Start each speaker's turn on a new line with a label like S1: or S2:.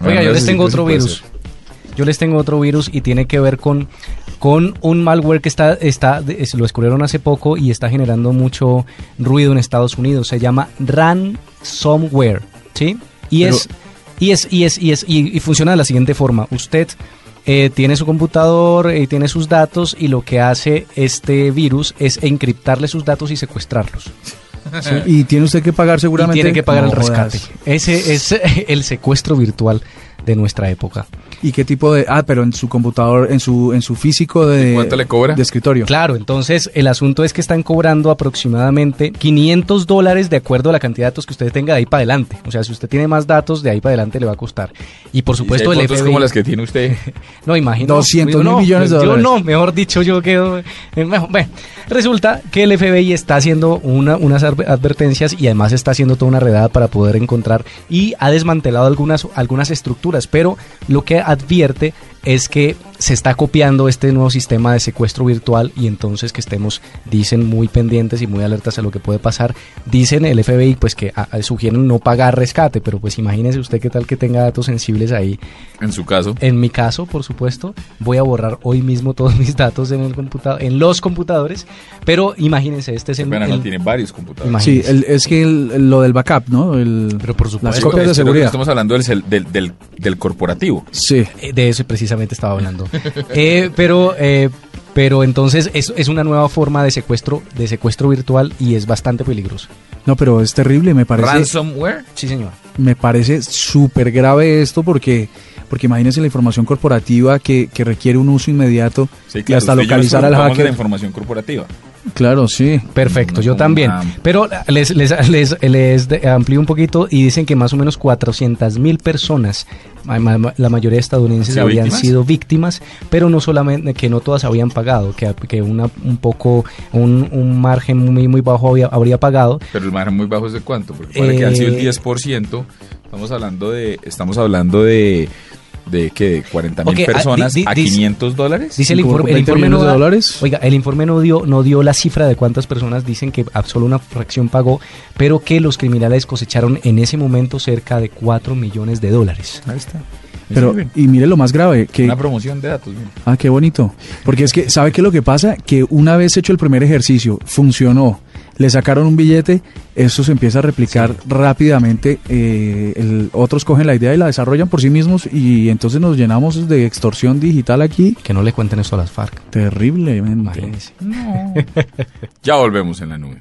S1: Oiga, yo les tengo otro virus. Yo les tengo otro virus y tiene que ver con, con un malware que está, está, es- lo descubrieron hace poco y está generando mucho ruido en Estados Unidos. Se llama ransomware, ¿sí? Y
S2: Pero-
S1: es, y es, y es, y es, y, y funciona de la siguiente forma. Usted eh, tiene su computador y tiene sus datos y lo que hace este virus es encriptarle sus datos y secuestrarlos.
S2: Y tiene usted que pagar seguramente.
S1: Eh. Y tiene que pagar
S2: No
S1: el rescate.
S2: jodas.
S1: Ese es el secuestro virtual de nuestra época.
S2: ¿Y qué tipo de.? Ah, pero en su computador, en su, en su físico de.
S3: ¿Cuánto le cobra?
S2: De escritorio.
S1: Claro, entonces el asunto es que están cobrando aproximadamente 500 dólares de acuerdo a la cantidad de datos que usted tenga de ahí para adelante. O sea, si usted tiene más datos, de ahí para adelante le va a costar. Y por supuesto
S3: Y si hay
S1: el
S3: fotos
S1: FBI.
S3: como las que tiene usted.
S1: No, imagino.
S2: 200 mil
S1: no,
S2: millones de
S1: yo
S2: dólares.
S1: no, mejor dicho, yo quedo. eh, mejor- bueno, resulta que el FBI está haciendo una, unas adver- advertencias y además está haciendo toda una redada para poder encontrar y ha desmantelado algunas, algunas estructuras, pero lo que advierte es que se está copiando este nuevo sistema de secuestro virtual y entonces que estemos, dicen, muy pendientes y muy alertas a lo que puede pasar. Dicen el FBI, pues que ah, ah, sugieren no pagar rescate, pero pues imagínese usted qué tal que tenga datos sensibles ahí
S3: En su caso.
S1: en mi caso, por supuesto, voy a borrar hoy mismo todos mis datos en el computador, en los computadores. Pero imagínense, este es el,
S3: Bueno,
S1: el-
S3: no tiene varios computadores.
S1: Imagínate.
S2: Sí, el- es que el- lo del backup, ¿no? El-
S1: pero por
S2: Las
S1: supuesto,
S2: copias
S3: Espero
S2: de
S3: que
S2: seguridad.
S3: Estamos hablando del, cel- del, del, del corporativo.
S2: Sí.
S1: eh, de eso precisamente estaba hablando. Eh, pero, eh, pero entonces es, es una nueva forma de secuestro, de secuestro virtual y es bastante peligroso.
S2: No, pero es terrible, me parece.
S3: Ransomware.
S1: Sí, señor.
S2: Me parece súper grave esto porque, porque imagínense la información corporativa que, que requiere un uso inmediato
S3: Sí,
S2: y hasta
S3: usted y yo nos
S2: localizar al
S3: preocupamos de la
S2: hacker.
S3: información corporativa.
S2: Claro, sí.
S1: Perfecto, yo
S3: No,
S1: también.
S3: mam.
S1: Pero les, les, les, les de- amplío un poquito y dicen que más o menos 400 mil personas, ma- ma- la mayoría estadounidenses,
S3: ¿Han sido
S1: habían
S3: víctimas?
S1: sido víctimas, pero no solamente que no todas habían pagado, que, que una, un poco, un, un margen muy, muy bajo había- habría pagado.
S3: Pero el margen muy bajo es de cuánto, porque para que
S1: Eh,
S3: han sido el 10%, estamos hablando de, estamos hablando de, de que de 40 mil
S1: Ok, ah,
S3: personas
S1: di- di-
S3: a
S1: dis-
S3: 500 dólares.
S1: Dice el
S2: Como
S1: informe, el
S2: 20
S1: informe no
S2: millones de
S1: da-
S2: dólares.
S1: Oiga, el informe no dio, no dio la cifra de cuántas personas dicen que ab- solo una fracción pagó, pero que los criminales cosecharon en ese momento cerca de 4 millones de dólares.
S3: Ahí está. Me
S2: Pero,
S3: sirven.
S2: y mire lo más grave, que
S3: Una promoción de datos. mira.
S2: Ah, qué bonito. Porque es que, ¿sabe qué es lo que pasa? Que una vez hecho el primer ejercicio, funcionó, le sacaron un billete, eso se empieza a replicar rápidamente, eh, el- otros cogen la idea y la desarrollan por sí mismos y entonces nos llenamos de extorsión digital aquí.
S1: Que no le cuenten esto a las FARC,
S2: Terrible,
S1: imagínense.
S3: Ya volvemos en la nube.